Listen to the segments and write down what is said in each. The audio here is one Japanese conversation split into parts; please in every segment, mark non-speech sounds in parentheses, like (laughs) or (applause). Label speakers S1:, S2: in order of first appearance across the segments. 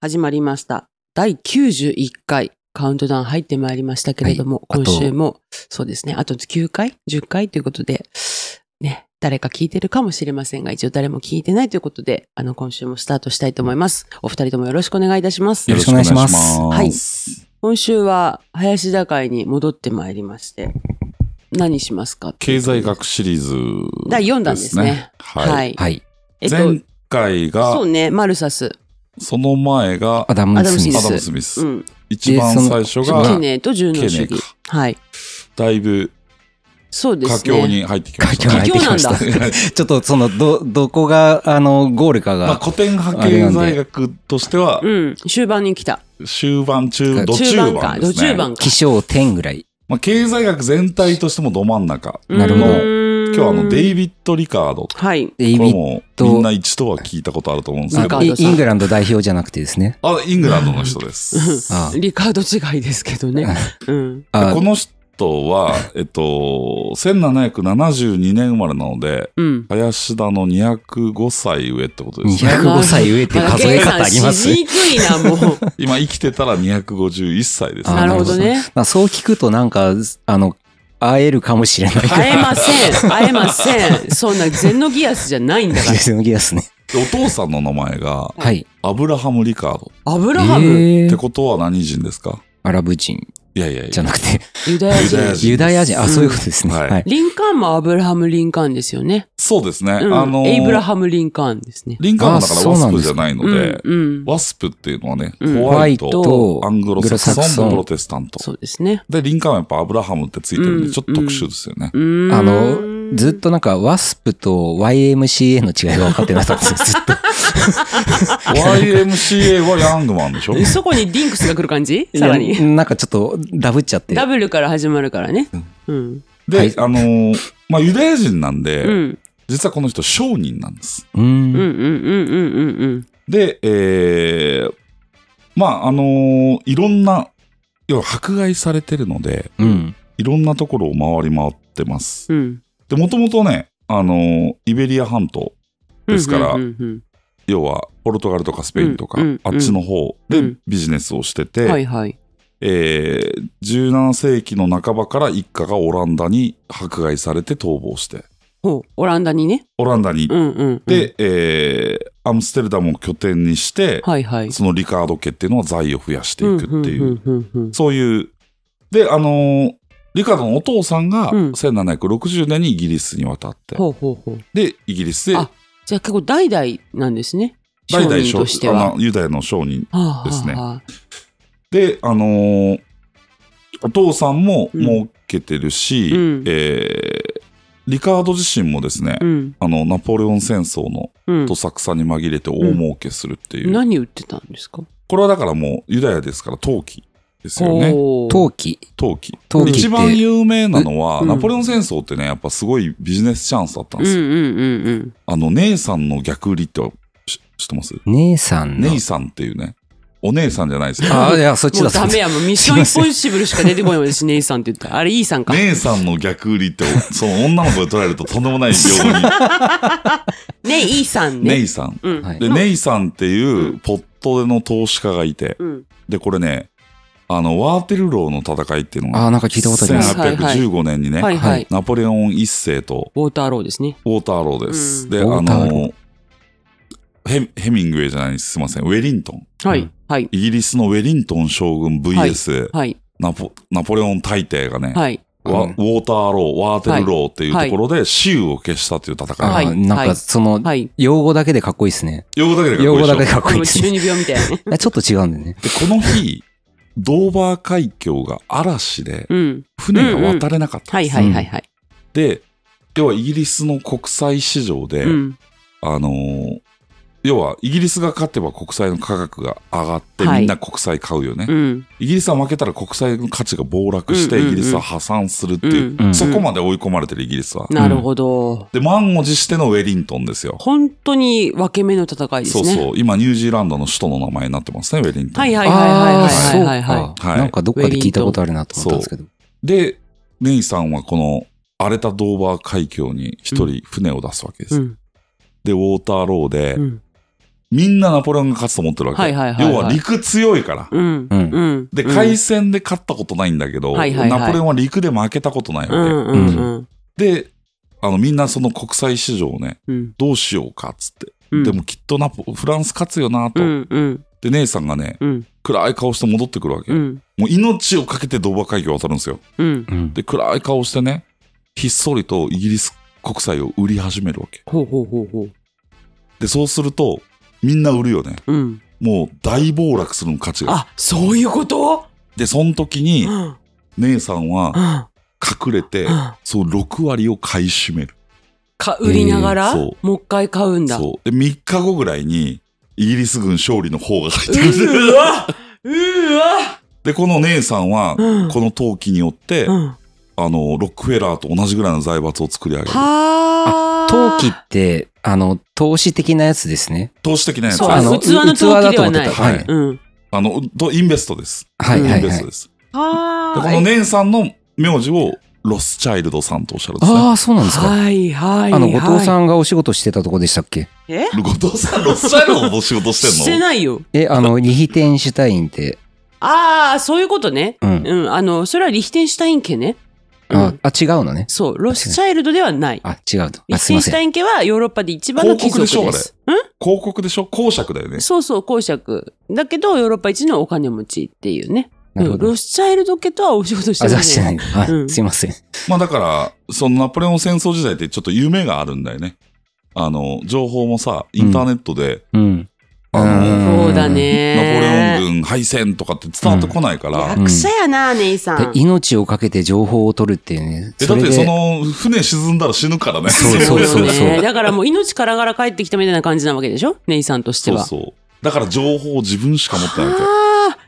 S1: 始まりました。第91回カウントダウン入ってまいりましたけれども、
S2: はいあ
S1: 今
S2: と
S1: 週も、そうですね、あと9回 ?10 回ということで、ね、誰か聞いてるかもしれませんが、一応誰も聞いてないということで、あの、今週もスタートしたいと思います。お二人ともよろしくお願いいたします
S2: よ。ろしくお願いします
S1: はい今週は、林田会に戻ってまいりまして、何しますか
S3: 経済学シリーズ。
S1: 第4弾ですね。
S3: はい。
S1: はい。
S2: はい。
S1: えっと
S3: 前、回が
S1: そう
S3: そ、
S1: ね、マルサス。
S3: の前が
S2: ア、ダム・スミ
S1: アダ
S3: アダ
S1: ムス
S3: ム・ス
S1: ミ
S3: ミ
S1: う
S3: ス。
S1: ん。
S3: 一番最初
S2: その
S1: ケ
S3: が、
S1: ネと順応主義
S3: ケネ。
S1: はい。
S3: だいぶ
S1: そうですね。
S3: 佳境に入ってきま
S2: ス。
S3: したね。
S1: 佳境なんだ
S2: 佳境に入ってきました (laughs) ちょっとその、ど、どこが、あの、ゴールか
S3: まあ、
S2: が、
S3: 古典派経済学としては
S1: う、ん。終盤に来た。
S3: 終盤
S2: は
S3: 中、
S2: い
S3: 土中
S1: 盤か。
S3: 盤
S1: 土
S3: です
S1: 中
S3: ね。
S1: 盤か
S2: 起。承転ぐらい。
S3: まあ、経済学全体としてもど真ん中。
S2: なるほど
S1: うーん
S3: 今日はあの、デイビッド・リカード。こ
S1: はい。
S2: デイ
S3: れ
S2: ビッ
S3: も
S2: ド
S3: みんな一度は聞いたことあると思うんですけ
S1: リカ
S3: ど、
S1: ード
S2: ド、
S1: さん
S2: イングランド代表じゃなくてですね。
S3: あ、イングランドの人です。
S2: あ
S1: (laughs) リカード違いですけどね。うん。
S2: あ
S3: で
S2: あ
S3: この人
S2: (laughs)
S3: は、えっと、1772年生まれなので、
S1: うん。
S3: 林田の205歳上ってことですね。
S2: 205歳上っていう数え方あります
S1: まだ計算しにくいな、もう。
S3: 今生きてたら251歳です
S2: あ
S3: ね。
S1: なるほどね。
S2: まあ、そう聞くとなんか、あの、会えるかもしれない。
S1: 会えま
S2: (laughs)
S1: せん。会えません。そんな、ゼノギアスじゃないんだから。
S2: のギアスね。
S3: でお父さんの名前が、
S2: はい。
S3: アブラハム・リカード。
S1: アブ
S2: え
S1: ラハム、
S3: って
S2: ー、
S3: ことは何人ですか
S2: アラブ人
S3: いやいやい
S2: じゃ
S3: や。
S2: なくて、
S1: ユダヤ
S3: ユダ
S1: 人
S3: ヤ。人
S2: ユダヤ人。あ、そういうことですね。
S3: うん
S2: は。
S3: はいい
S1: リンカーンもアブラハム・リンカーンですよね。
S3: そうですね。あ
S1: うん
S3: の、
S1: エイブラハム・リンカーンですね。
S3: リンカーンだから
S2: あ
S3: ワ
S2: そうなん
S3: ス
S2: で
S3: プ
S2: す
S3: じゃないの
S1: うん
S3: で、、
S1: うん。
S3: ワスプっていうのはね、
S1: うん
S3: ホワイ
S2: ホワイ
S3: ト、
S2: ト
S3: アングロサ
S2: アング
S3: ク
S2: ロサク
S3: ソ
S2: ソン
S3: ン、プロテスタント。
S1: そうですね。
S3: で、リンカーンはやっぱアブラハムってついてるん
S1: うん
S3: で、ちょっと特殊ですよね。
S1: うーん
S2: あの、ずっとなんか、ワスプと YMCA の違いが分かってなかったんですよ、ずっと。
S3: YMCA はヤングマン
S2: (laughs)
S3: でしょ
S1: えそこにリンクスが来る感じさら
S2: いや
S1: に。
S2: なんかちょっと、ダブっちゃって。
S1: ダブルから始まるからね。うん。
S3: で、
S2: はい
S3: あのーまあ、ユダヤ人なんで、
S1: うん。
S3: 実はこの人商人なんです。
S2: う
S1: うんうん
S2: ん。
S1: うんうんうんうん。
S3: で、えーまあ、あのーいろんな、要は迫害されてるので、
S2: うん。
S3: いろんなところを回り回ってます。
S1: うん。
S3: で、もともとね、あのーイベリア半島、ですから
S1: うんうん
S3: 要はポルトガルとかスペインとか、
S1: うんうん
S3: あっちの方
S1: う
S3: で
S1: ん
S3: ビジネスをしてて、
S1: うんはいはい。
S3: えー17世紀の半ばから一家がオランダに迫害されて逃亡して、
S1: ほう、オランダにね。
S3: オランダに行
S1: う
S3: っ
S1: んうんうん。
S3: て、、えーアムステルダムを拠点にして、
S1: はいはい。
S3: そのリカード家っていうのは財を増やしていくっていう、
S1: うんうんうんうん
S3: そういう。で、あのーリカードのお父さんが
S1: うん
S3: 1760年にイギリスに渡って、
S1: ほうほうほう。
S3: で、イギリスで
S1: あじゃあ結構代々なんですね。
S3: 代々
S1: 商人として
S3: 商あ
S1: は。
S3: のユダヤの商人。
S1: はあ
S3: ですね
S1: はあはあ
S3: で、あのーお父さんも
S1: うん
S3: 儲けてるし、
S1: うん
S3: えーリカード自身もですね、
S1: うん
S3: あのナポレオン戦争の
S1: うん
S3: ど。さくさに紛れて大儲けするっていう、
S1: 何売ってたんですか
S3: これはだからもうユダヤですから陶器ですよね
S1: ほう
S2: 陶器。
S3: 陶器
S2: 陶器って
S3: 一番有名なのは、
S1: うん
S3: ナポレオン戦争ってねやっぱすごいビジネスチャンスだったん
S1: うん
S3: で
S1: う
S3: すよ、
S1: んうんうん。
S3: あの姉さんの逆売りってし知ってます
S2: 姉さんの。
S3: 姉さんっていうねお姉さんじゃないですよ
S2: あ、いや、そっち
S1: も
S2: だ
S1: うダメや、もうミッションインポッシブルしか出てこないわ私、ネイさんって言ったら。あれ、イーさんか。
S3: (laughs) 姉さんの逆売りってその女の子で取られるととんでもない
S2: (laughs)
S3: 用語に
S1: ね、イーさんね。
S3: ネイさん。
S1: うん。
S2: はい
S3: で、ネイさんって
S1: う
S3: い
S1: ん
S3: うポットでの投資家がいて、
S1: うん。
S3: で、これね、あの、ワーテルローの戦いっていうのが、
S2: あ、なんか聞いたことあります。
S3: 1815年にね、
S1: はいは
S2: はいい。
S3: ナポレオン一世と
S1: ウォーターローですね。
S3: ウォーターローです。
S1: うん
S3: で、あ
S2: ウォーターロ
S3: の、ヘヘミングウェイじゃないすいません、ウェリントン。
S1: は
S2: う
S1: い
S2: ん。
S1: はい。
S3: イギリスのウェリントン将軍 VS、
S1: はい。
S3: ナポナポレオン大帝がね、
S1: はい。
S3: ワウ
S2: うん
S3: ォーターロー、ワーテルローっていうところで、州を消したっていう戦い。
S2: あ、なんかその、
S1: はい。
S2: 用語だけでかっこいいですね。
S3: 用語だけでかっ
S2: 用
S3: こいい
S2: 語
S3: でしょ
S2: だけでかっこいい
S1: も
S2: で
S1: う
S2: す
S1: 中
S2: ね。
S1: 二病みたいなね。
S2: ちょっと違うんだよね。
S3: で、この日、ドーバー海峡が嵐で、
S1: うん。
S3: 船が渡れなかった
S1: は
S3: ん
S1: い
S3: です。
S1: はいはいはい。
S3: で、要はイギリスの国際市場で、
S1: うん。
S3: あのー要はイギリスが勝てば国債の価格が上がって、
S1: はい
S3: みんな国債買うよね、
S1: うん。
S3: イギリスは負けたら国債の価値が暴落し
S1: う
S3: て、
S1: んうんうん
S3: イギリスは破産するっていう、
S2: うん
S3: そこまで追い込まれてるイギリスは。
S1: なるほど。
S3: で、満を持してのウェリントンですよ。
S1: 本当に分け目の戦いです
S3: そう
S1: ね。
S3: そう。今、ニュージーランドの首都の名前になってますね、ウェリントン。
S1: はいはいはい
S2: ああ、
S1: は
S2: そ
S1: いうはいはいは
S2: か。なんかどっかで聞いたことあるなと思ったんですけど。
S3: で、ネイさんはこの荒れたドーバー海峡に一人船を出すわけで
S1: い。
S3: す。
S1: うん
S3: で、ウォーターローで、
S1: うん
S3: みんなナポレオンが勝つと思ってるわけ。
S1: はいはいはいはい
S3: 要は陸強いから。
S1: うん。
S2: うん
S1: うん。
S3: で、
S1: うん
S3: 海戦で勝ったことないんだけど、
S1: はいはいはい
S3: ナポレオンは陸で負けたことないわけ。
S1: うんうんうん
S3: で、あの、みんなその国際市場をね、
S1: うん。
S3: どうしようかっつって。
S1: うん。
S3: でもきっとナポ、フランス勝つよなと。
S1: うんうん
S3: で、姉さんがね、
S1: うん
S3: 暗い顔して戻ってくるわけ。
S1: うん
S3: もう命をかけてドーバー海峡を渡るんですよ。
S1: うん。
S2: うん。
S3: で、暗い顔してね、ひっそりとイギリス国債を売り始めるわけ。
S1: ほうほうほうほう。
S3: で、そうすると、みんな売るよね。
S1: うん。
S3: もう大暴落するの価値が。
S1: あ、そういうこと
S3: で、その時
S1: う
S3: に
S1: ん、うん
S3: 姉さんは隠れて
S1: う、ん
S3: そう、6割を買い占める。
S1: か、売りながら、
S3: えーそう
S1: もう一回買うんだ。
S3: そう。で、3日後ぐらいに、イギリス軍勝利の方が入ってく
S1: う
S3: る。
S1: わうわ
S3: で、この姉さんは、
S1: うん
S3: この投機によって、
S1: うんは
S3: あの、ロックフェラーと同じぐらいの財閥を作り上げる。
S1: あ
S2: 陶器って、あの、投資的なやつですね。
S3: 投資的なやつ。
S1: そう
S3: あ
S2: あ
S3: の、
S2: の、
S1: 器の陶器ではない
S2: 器だと思ってた。はい。
S3: はい
S1: うん。
S3: あのとインベストです。
S2: はい
S1: うん
S2: は
S3: イン
S2: い
S3: ベ
S2: は
S3: スト
S2: い。
S3: です。
S1: は
S3: で、この姉さんの名字を、ロスチャイルドさんとおっしゃるんですね。
S2: ああ、そうなんですか。
S1: はいはい。
S2: あの、後藤
S1: ん。
S2: さんがお仕事してたとこでしたっけ
S1: え
S3: 後藤さん、ロスチャイルドの仕事し
S1: して
S3: ん
S1: て
S3: の
S1: ないよ。
S2: え、あの、リヒテンシュタインって。
S1: ああ、そういうことね。
S2: うん。
S1: うん。あの、それはリヒテンシュタイン家ね。う
S2: あ
S1: ん。、
S2: あ違うのね。
S1: そう。ロスチャイルドではない。
S2: あ、違うと。
S1: リ
S2: あ、
S1: ヒ
S2: すい
S1: テ
S2: ま
S1: ンシ
S2: せ
S1: ュタ
S2: ん。
S1: イン家はヨーロッパで一番の貴族です。
S3: 広告でし広告でしょ公爵だよね
S1: ん。そうそう、公爵。だけど、ヨーロッパ一のお金持ちっていうね。
S2: なる
S1: う
S2: ほ
S1: ん、
S2: ど
S1: ロ。スチャイルド家とはお仕事して
S2: あ、
S1: ない
S2: 出してない。
S1: うん
S2: はい。すいません。
S3: まあだから、そのナポレオン戦争時代ってちょっと夢があるんだよね。あの、情報もさ、インターネットで、
S2: うん。
S3: あの、
S2: ん
S1: そうだ
S3: ナポレ
S1: ね。
S3: オン軍敗戦とかって伝わってこないから、
S1: 役者やな、姉さ
S2: で
S1: ん。
S2: 命をかけて情報を取るっていうね。
S3: えだっ
S2: れ
S3: て
S2: で
S3: その、船沈んだら死ぬからね。
S2: そう
S1: そ
S2: そうう
S1: そ
S2: そう
S3: (laughs)
S2: うそう
S1: だからもう命からがら帰ってきたみたいな感じなわけでしょ姉さんとして
S3: そう
S1: は。
S3: そう。だから情報を自分しか持ってないわけ。
S1: ああ、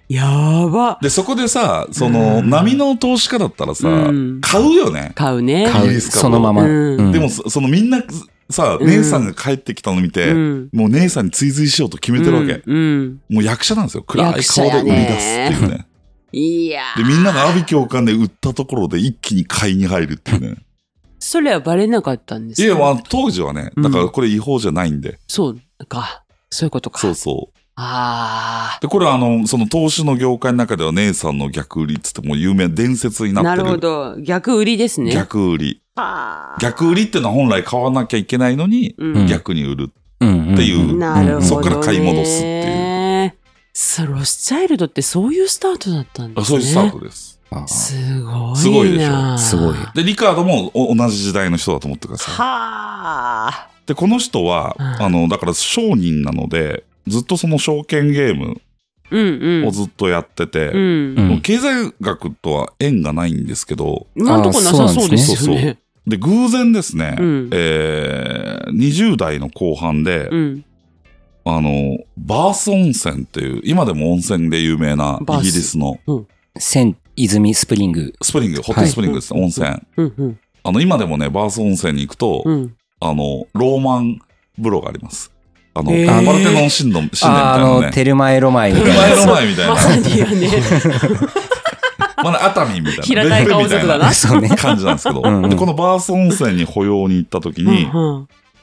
S1: やば。
S3: で、そこでさ、その、
S1: うん
S3: 波の投資家だったらさ、
S1: うん
S3: 買うよね。
S1: 買うね。
S3: 買
S2: 買
S3: うイギ
S2: う
S3: リス株
S2: そのまま。
S1: うん
S2: うん
S3: でも、そそのみんなさ、
S1: うん
S3: 姉さんが帰ってきたの見て、
S1: うん。
S3: もう姉さんに追随しようと決めてるわけ。
S1: うん。うん
S3: もう役者なんですよ。暗い
S1: 役者
S3: 顔で
S1: や
S3: 売り出
S1: ね
S3: すっていうね。
S1: いやー
S3: で、みんなが阿ビ教官で売ったところで一気に買いに入るっていう
S1: (laughs)
S3: ね。
S1: それはバレなかったんです
S3: い
S1: か
S3: や、まあ当時はね、
S1: うん
S3: だからこれ違法じゃないんで。
S1: そうか。そういうことか。
S3: そうそう。
S1: あ
S3: で、これはあの、その投資の業界の中では姉さんの逆売りっつってもう有名な伝説に
S1: あ。
S3: な
S1: な
S3: ってる。
S1: るほど。逆売りですね。
S3: 逆売り。
S1: あー
S3: 逆売りってのは本来買わなきゃいけないのに、
S1: うん
S3: 逆に売る。
S2: うん
S3: っていうん
S1: なるほど、ね。。
S3: そっから買い戻すっていう
S1: そうロスチャイルドってそういうスタートだったんですね。
S3: あそういうスタートです。
S2: あー
S1: すごいな。
S3: すごいでしょ
S2: すごい
S1: は
S3: で、リカードもお同じ時代の人だと思ってください。
S1: あ。
S3: で、この人は、
S1: うん
S3: あの、だから商人なので、ずっとその証券ゲーム
S1: うんうん。
S3: をずっとやってて、
S1: うん。
S2: うん
S3: 経済学とは縁がないんですけど、
S1: 今んとこなさそうですよね。
S3: で、偶然ですね、
S1: うん
S3: えー、20代の後半で、
S1: うん。
S3: あの、バース温泉っていう、今でも温泉で有名な
S1: バー
S3: イ
S1: ス
S3: ギリスの
S2: セン、泉スプリング。
S3: スプリング、ホットスプリングですね、温泉。
S1: うんうん。
S3: あの、今でもね、バース温泉に行くと、
S1: うん。
S3: あの、ローマン風呂があります。あの、
S1: へー
S3: あのパルテノン神殿、神殿みたい
S2: あー
S3: な
S2: あ
S3: ね
S2: の、。テルマエロマエみたいな
S3: 前
S2: や
S3: の
S2: つ。
S3: 前みたいな
S1: ま。さにやね。
S3: まだ熱海みたいな。
S1: 平たい顔族だな
S2: そ
S1: (laughs)
S2: うね。
S3: 感じなんですけど。
S2: うんうん
S3: で、このバース温泉に保養に行った時
S1: う
S3: に、
S1: ん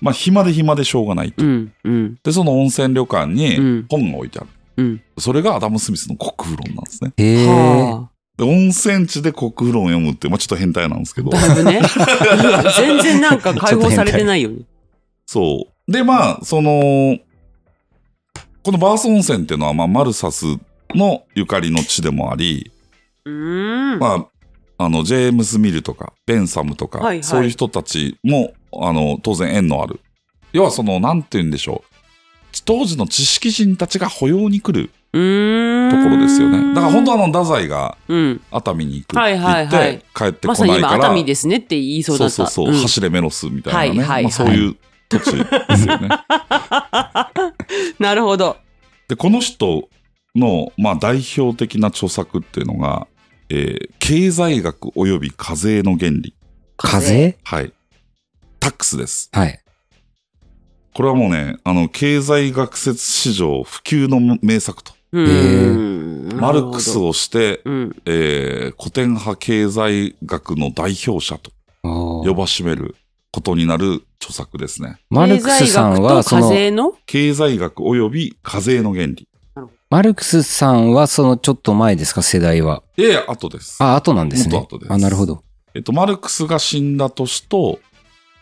S3: まあ、暇で暇でしょうがないと。
S1: うん。うん。
S3: で、その温泉旅館
S1: うん
S3: に本が置いてある。
S1: うん。
S3: それがアダム・スミスの国風論なんですね。
S2: へえ。
S1: は
S3: で、温泉地で国風論を読むって、まあ、ちょっと変態なんですけど
S1: あ。。だいぶね。全然なんか解放されてないよね。
S3: そう。で、まあ、その、このバース温泉っていうのは、まあ、マルサスのゆかりの地でもあり、
S1: うーん。
S3: まあ、あの、ジェームス・ミルとか、ベンサムとか、
S1: はいはい
S3: そういう人たちも、あの、当然縁のある。要はその、なんて言うんでしょう。当時の知識人たちが保養に来る
S1: うーん。
S3: ところですよね。だから本当
S1: は、
S3: はあの、太宰が
S1: うん。
S3: 熱海に行く。
S1: はいはいはい
S3: 行って帰ってこ
S1: ま
S3: な
S1: さ
S3: い
S1: に
S3: から。
S1: 今、熱海ですねって言いそうだ
S3: そう
S1: った。
S3: そうそう、
S1: ん
S3: 走れメロスみたいな
S1: はい
S3: ね。
S1: はいはい
S3: まあ、そういう土地ですよね。
S1: なるほど。
S3: で、この人の、まあ、代表的な著作っていうのが、えー経済学及び課税の原理。
S2: 風
S3: はい。タックスです。
S2: はい。
S3: これはもうね、あの、経済学説史上普及の名作と。
S1: うーん。
S3: マルクス
S1: を。
S3: をして、
S1: うん。
S3: えー古典派経済学の代表者と
S2: おー
S3: 呼ばしめることになる著作ですね。
S2: マルクスさん
S1: 経
S2: は、
S1: 済学と
S2: そ
S1: 課
S2: の、
S1: 税の
S3: 経済学及び課税の原理。
S2: マルクスさんは、その、ちょっと前ですか、世代は。
S3: ええ、後です。
S2: あ、後なんです
S3: もっ
S2: ね
S3: と後で。す
S2: あ、なるほど。
S3: えっと、マルクスが死んだ年と、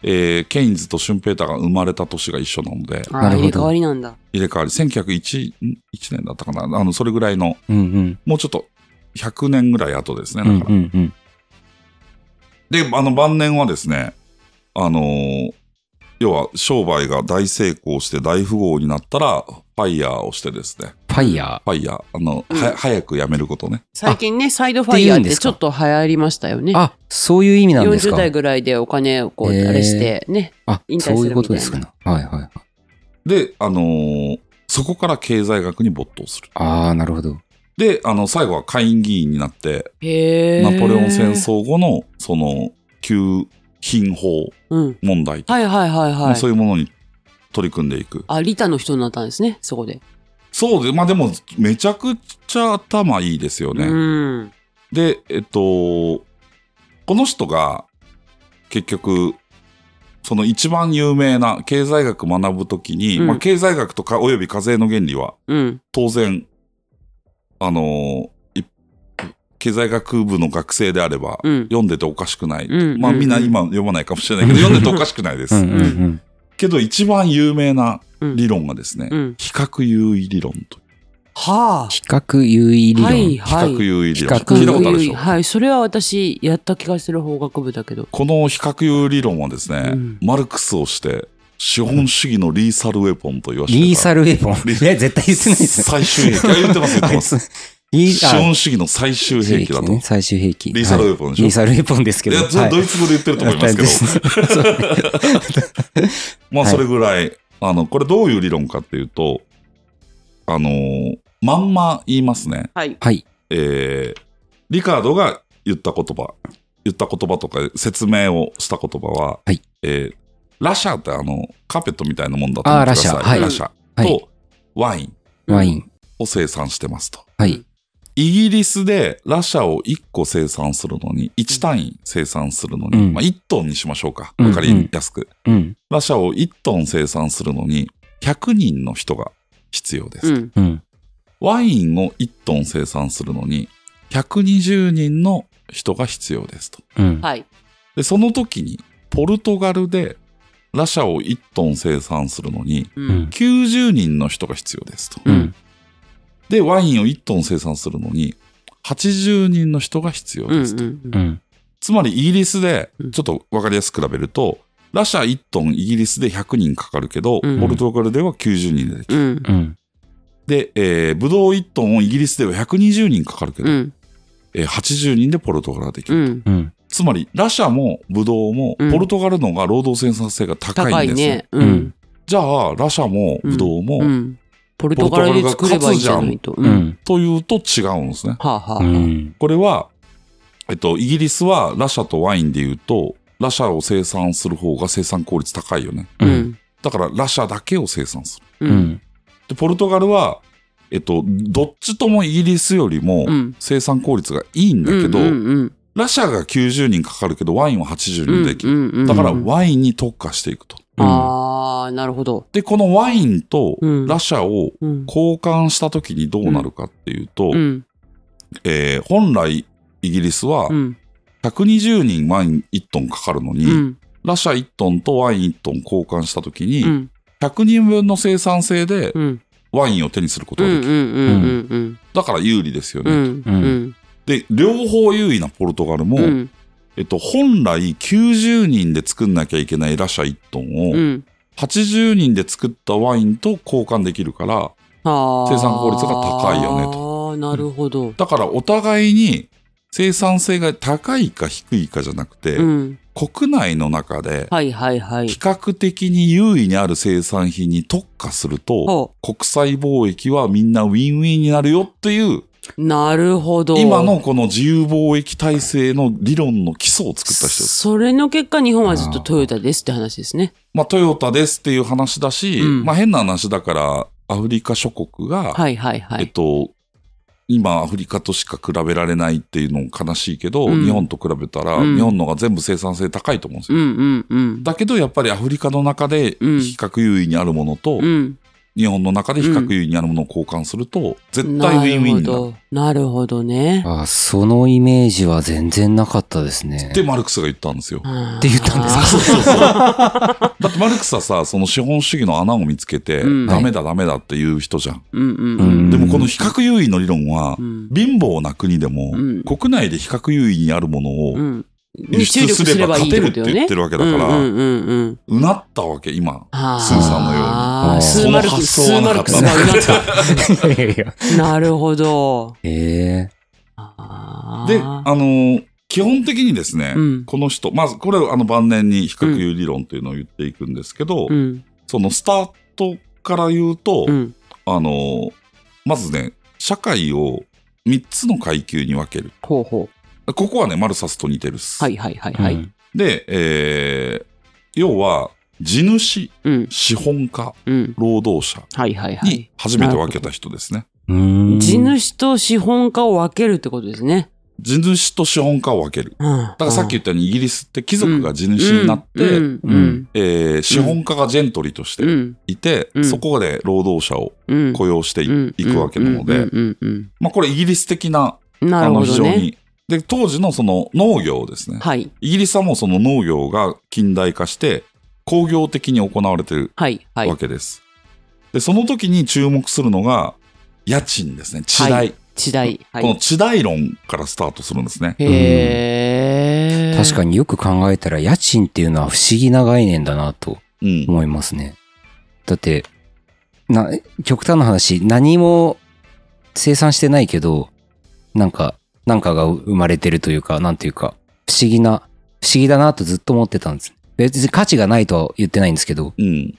S3: えーケインズとシュンペーターが生まれた年が一緒なので、
S1: あ
S2: な
S1: ー
S2: るほ
S1: 入
S2: ど
S1: れ替わりなんだ。
S3: 入れ替わり、1901ん1年だったかな、あの、それぐらいの、
S2: うんうん。
S3: もうちょっと100年ぐらい後ですね。
S2: うん
S3: だから
S2: うんうん。
S3: で、あの、晩年はですね、あのー要は商売が大成功して大富豪になったら、ファイヤーをしてですね、
S2: ファイヤ
S3: ファイヤー、あの、
S1: うん
S3: は早くやめることね。
S1: 最近ね、サイドファイヤ
S2: っ
S1: ー
S2: て言う
S1: っ
S2: んで
S1: て
S2: す
S1: ち
S2: か
S1: ょっと流行りましたよね
S2: ー。。あ、そういう意味なんです
S1: 40
S2: か。
S1: 代ぐらいでお金をこう、
S2: へー
S1: あれして、ね。
S2: あ、
S1: 引退する
S2: そういうことですか
S1: み
S2: ね。はいはい。
S3: で、あのーそこから経済学に没頭する。
S2: ああ、なるほど。
S3: で、あの、最後は下院議員になって、
S1: へ
S3: ナポレオン戦。争後の、その、給品法
S1: うん。
S3: 問題とか、
S1: はいはいはい
S3: まあ
S1: はい
S3: そ。ういうものに取り組んでいく。
S1: あ、リタの人になったんですね、そこで。
S3: そうで、まあでも、めちゃくちゃ頭いいですよね。
S1: うん。
S3: で、えっと、この人が、結局、その一番有名な経済学学ぶときに、
S1: うん
S3: まあ、経済学とか、および課税の原理は、
S1: うん。
S3: 当然、あのーい経済学部の学生であれば、
S1: うん。
S3: 読んでておかしくない。
S1: うん
S3: まあ、
S1: うん
S3: みんな今読まないかもしれないけど、読んでておかしくないで
S2: う
S3: す。
S2: んうんうん。
S3: けど、一番有名な
S1: うん
S3: 理論がですね、
S1: うん。
S3: 比較優位理論と。
S1: は
S2: 比較優位理
S1: あ。はい
S2: 論。
S3: 比
S1: はい。
S3: 較優位理論。
S2: 比較
S3: 聞いたことあるでしょ
S1: はい。それは私、やった気がする法学部だけど。
S3: この比較有理論はですね、
S1: うん
S3: マルクスをして資本主義のリーサルウェポンと言わせて
S2: リーサ
S3: ル
S2: ルウェポン。
S3: リー
S2: いや、絶対言ってないですね。
S3: 最終兵器あ言ってます言ってます
S2: あいつリ
S3: 資
S2: ーあ
S3: 本主義の最終兵器だと、
S2: ね最終兵器。
S3: リーサルウェポンで
S2: は
S3: しょ
S2: いリーサルウェポンですけ
S3: い
S2: ど。
S3: やそれドイツ語で言ってると思いますけど、
S2: ど。
S3: まあ
S2: はい
S3: それぐらい、あのこれどういう理論かっていうとあのーまんま言いますね
S1: はい。
S2: はい。
S3: えーリカードが言った言葉言った言葉とか説明をした言葉は、
S2: はい
S3: えーラシャってあのカーペットみたいなもんだと思ってください
S2: あーラシャはい
S3: ラシャと、
S2: はい
S3: ワイン
S2: ワイン。
S3: を生産してますと。
S2: はい。
S3: イギリスでラシャを1個生産するのに、1単位生産するのに、
S2: うん
S3: まあ1トンにしましょうか。
S2: うん
S3: わかりやすく。
S2: うん。
S3: ラシャを1トン生産するのに、100人の人が必要です。
S1: うん。
S2: うん。
S3: ワインを1トン生産するのに、120人の人が必要ですと。
S2: うん。
S1: はい。
S3: で、その時に、ポルトガルでラシャを1トン生産するのに、
S1: う
S2: うんん。
S3: 90人の人が必要ですと。
S2: うん。
S3: で、ワインを1トン生産するのに、80人の人が必要
S1: うん。う
S3: ですと。
S1: ん
S2: う。ん。
S3: つまりイギリスで
S1: うん、
S3: ちょっとわかりやすく比べると、ラシャ1トンイギリスで100人かかるけど、
S1: うん
S3: ポルトガルでは90人ででき
S1: う
S3: る。
S1: ん。
S2: うん。
S3: で、えー、ブドウ1トンをイギリスでは120人かかるけど、
S1: うん。
S3: えー80人でポルトガルができ
S1: う
S3: る。
S1: ん。
S2: うん。
S3: つまり、ラシャもブドウも、
S1: うん
S3: ポルトガルの方が労働生産性が高
S1: 高
S3: いん
S1: い
S3: ですよ。
S1: ね。うん。
S3: じゃあ、ラシャもブドウも、
S1: うん。ポルトガルで作ればいいんじゃないと。
S2: う。ん。
S3: というと違うんですね。
S1: はあ、はあ
S2: う、ん。
S3: これは、えっと、イギリスはラシャとワインで言うと、ラシャを生産する方が生産効率高いよね。
S1: う
S2: うんん。
S3: だから、ラシャだけを生産する。
S1: う。
S2: うんん。
S3: で、ポルトガルは、えっと、どっちともイギリスよりも
S1: うん
S3: 生産効率がいいんだけど、
S1: うんうん
S3: ラシャが90人かかるけど、ワインは80
S1: うん
S3: 人できる。
S1: うんうんうん
S3: だから、ワインに特化していくと。
S1: ああ、なるほど。
S3: で、このワインと
S1: うん
S3: ラシャを
S1: うん。
S3: 交換した時にどうなるかっていうと、
S1: うん。
S3: えー本来イギリスは
S1: うん。
S3: 120人ワイン1トンかかるのに、
S1: うん。
S3: ラシャ1トンとワイン1トン交換したときに、
S1: うん。
S3: 100人分の生産性で
S1: うん。
S3: ワインを手にすること
S1: うん。う
S3: ができ
S1: ん
S3: る。。
S1: うん。
S3: だから有利ですよ
S1: う
S3: ね。
S1: ん。うん。
S3: で、両方優位なポルトガルも、
S1: うん。
S3: えっと、本来90人で作んなきゃいけないラシャ1トンを、
S1: うん。
S3: 80人で作ったワインと交換できるから、
S1: 生
S3: 生産効率が高いよね
S1: と。ああ、なるほど。
S3: だからお互いに生産性が高いか低いかじゃなくて、
S1: うん。
S3: 国内の中で、
S1: はいはいはい
S3: 比。較的に優位にある生産品に特化すると、
S1: ほ
S3: 国際貿易はみんなウィンウィンになるよっていう、
S1: う。なるほど。
S3: 今のこの自由貿易体制の理論の基礎を作った人です。
S1: それの結果、日本はずっとトヨタですって話ですね。
S3: まあトヨタですっていう話だし、
S1: うん
S3: まあ変な話だからアフリカ諸国が、
S1: はいはいは
S3: えっ
S1: い。
S3: と、今アフリカとしか比べられないっていうのも悲しいけど、
S1: うん
S3: 日本と比べたら、
S1: うん
S3: 日本のが全部生産性高いと思うんです
S1: う
S3: よ。
S1: んうん
S3: だけどやっぱりアフリカの中で
S1: うん
S3: 比較優位にあるものと、
S1: うん。うん。
S3: 日本の中で比較優位にあるものを交換すると、絶対ウィンウィンになる。
S1: なるほどね。
S2: あ、そのイメージは全然なかったですね
S3: っ。てマルクスが言ったんですよ。
S1: っ
S2: って言ったんですか
S3: そうそうそう。だってマルクスはさ、その資本主義の穴を見つけて、
S1: うん
S3: ダメだダメだっていう人じゃん。
S1: うんうんう
S2: うん
S1: ん。
S3: でもこの比較優位の理論は
S1: う、ん
S3: 貧乏な国でも、
S1: うん
S3: 国内で比較優位にあるもの
S1: う
S3: を
S1: ん。
S3: 輸出すれば勝てるって言ってるわけだから、
S1: うんうんうんうん。
S3: うなったわけ、今。
S1: あ
S3: スーさんのように
S1: あース
S2: そ
S1: ー
S2: の
S1: マルクス、
S3: 発
S1: ス
S3: 想は
S1: ーマ
S3: な
S1: ル
S3: かっ
S1: ク
S3: た
S1: スがうなった。
S2: いやい (laughs) や。
S3: (laughs)
S1: なるほど。
S2: ええ
S1: あー
S3: で、あのー基本的にですね、
S1: うん
S3: この人、まずこれをあの晩年に比較優位理論というのを言っていくんですけど、
S1: うん。
S3: そのスタートから言うと、
S1: うん。
S3: あのーまずね、社会を3つの階級に分ける。
S1: ほうほう。
S3: ここはね、マルサスと似てるっす。
S1: はいはいはい
S2: ー。
S1: はい。
S3: で、えー要は、地主、
S1: うん。
S3: 資本家、
S1: うん。
S3: 労働者
S1: はいはいは
S3: に
S1: い。
S3: 初めて分けた人ですね。
S2: うん。
S1: 地主と資本家を分けるってことですね。
S3: 地主と資本家を分ける。
S1: うん。だ
S3: だからさっき言ったようにイギリスって貴族が地主になって、
S1: うん。うん。
S3: えー資本家がジェントリーとし
S1: う
S3: て
S1: ん。
S3: いて、
S1: うん
S3: そこで労働者を
S1: うん。
S3: 雇用してい,、
S1: うん
S3: くわけなの
S1: う
S3: で、
S1: んうんうん
S3: まあこれイギリス的な、
S1: うん。な
S3: あ
S1: る
S3: の
S1: ほ
S3: 非
S1: ど
S3: 常
S1: ね。
S3: に。で、当時のその農業ですね。
S1: はい。
S3: イギリスはもうその農業が近代化して工業的に行われてる
S1: はい。はい
S3: わ。けです。で、その時に注目するのが家賃ですね。地代。
S1: はい時代。は
S3: この
S1: い。
S3: 地代論からスタートするんですね。
S1: へえ。
S2: 確かによく考えたら家賃っていうのは不思議な概念だなと
S3: うん。
S2: 思いますね。だって、な、極端な話、何も生産してないけど、なんか、なんかが生まれてるというか、なんていうか、不思議な、不思議だなとずっと思ってたんです。別に価値がないとは言ってないんですけど、
S3: うん。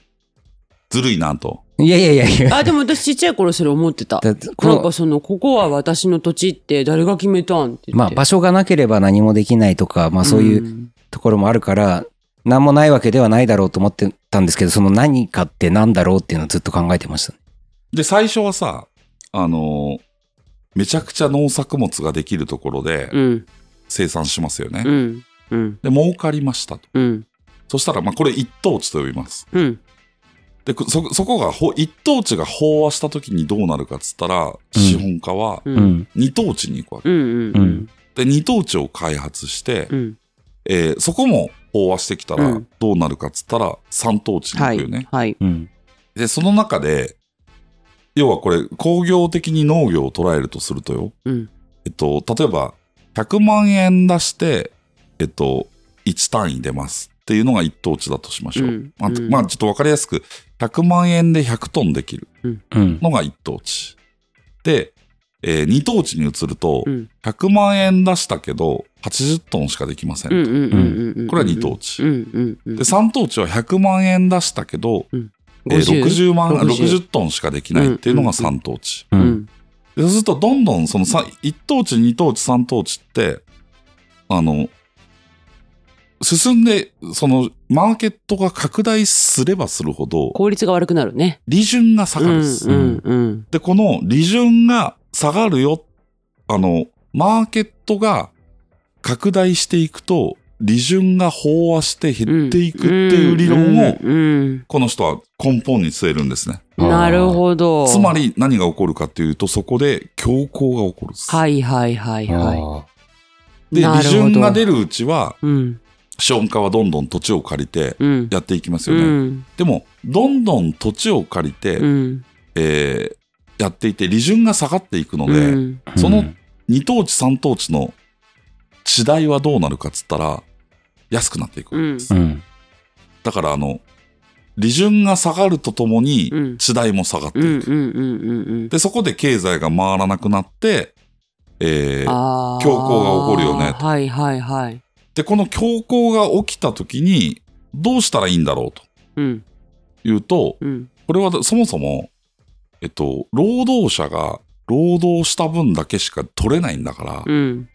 S3: ずるいなと。
S2: いやいやいやいや。
S1: あ、でも私ちっちゃい頃それ思ってた。
S2: だってこ
S1: なんか
S2: の
S1: その、ここは私の土地って誰が決めたんって言
S2: ま
S1: っ
S2: あ
S1: て。
S2: 場所がなければ何もできないとか、まあそういう
S1: う
S2: ところもあるから、何もないわけではないだろうと思ってたんですけど、その何かって何だろうっていうのをずっと考えてました。
S3: で、最初はさ、あのーめちゃくちゃ農作物ができるところで
S1: ん。
S3: 生産しますよね。
S1: うん。うん。
S3: で、儲かりましたと。
S1: うん。
S3: そしたら、まあ、これ一等地と呼びます。
S1: うん。
S3: で、くそ、そこがほ、一等地が飽和した時にどうなるかっつったら、
S2: ん
S3: 資本家は
S1: う。
S2: うんん。
S3: 二等地に行くわけ。
S1: うん。うん。うん。
S3: で、二等地を開発して、
S1: うん。
S3: えーそこも飽和してきた
S1: う
S3: ら
S1: ん
S3: どうなるかっつったら、三等地に
S1: は
S3: 行くよ
S1: い
S3: ね。。
S1: はい。
S2: うん。
S3: で、その中で、要はこれ、工業的に農業を捉えるとするとよ、
S1: うん。
S3: えっと、例えば、100万円出して、えっと、1単位出ますっていうのが一等地だとしましょう。
S1: うん
S3: まあ
S1: うん
S3: まあ、ちょっとわかりやすく、100万円で100トンできる
S2: うん。
S3: のが一等地。で、えー二等地に移ると
S1: う、ん。
S3: 100万円出したけど、80トンしかできません。
S1: うん。うん。うん。うん。
S3: これは二等地。
S1: うん。うん。うん
S3: で、。三等地は100万円出したけど、えー
S1: 50
S3: 60万、
S1: 60
S3: 60トンしかできないっていうのが三等地。
S2: う。
S1: うんん。
S3: でそうすると、どんどんそのさ一等地、二等地、三等地って、あの、進んで、その、マーケットが拡大すればするほど、
S1: 効率が悪くなるね。
S3: 利潤が下
S1: う
S3: がるん
S1: ん。
S3: です。
S1: うん。うん。
S3: で、この利潤が下がるよ、あの、マーケットが拡大していくと、利潤が飽和して減っていくっていう理論を、
S1: うん。
S3: この人は根本に据えるんですね。
S1: うんなるほど。
S3: つまり何が起こるかっていうと、そこで強行が起こるんです。
S1: はいはいはいは
S2: あ
S1: い。
S3: で、
S1: な
S3: 利
S1: るほど
S3: 潤が出るうちは、
S1: うん。
S3: 資本家はどんどん土地を借りて
S1: うん。
S3: やっていきます
S1: う
S3: よね。
S1: ん。
S3: でも、どんどん土地を借りて、
S1: うん。
S3: えーやっていて、利潤が下がっていくので、
S1: うん。
S2: ー
S3: その
S2: うん
S3: 2等地3等地の地代はどうなるかっつったら、安くなっていくわけです。
S2: うん。
S3: だから、あの、利潤が下がるとともに
S1: うん、
S3: 地代も下がって
S1: うん。
S3: いく。
S1: うん。うん。うん。
S3: で、そこで経済が回らなくなって、えー
S1: あー
S3: 恐慌が起こるよねと
S1: はいはいはい。
S3: で、この恐慌が起きた時に、どうしたらいいんだろうと
S1: うん。
S3: いうと、
S1: うん。
S3: これはそもそも、えっと、労働者が労働した分だけしか取れないんだから、
S1: うん。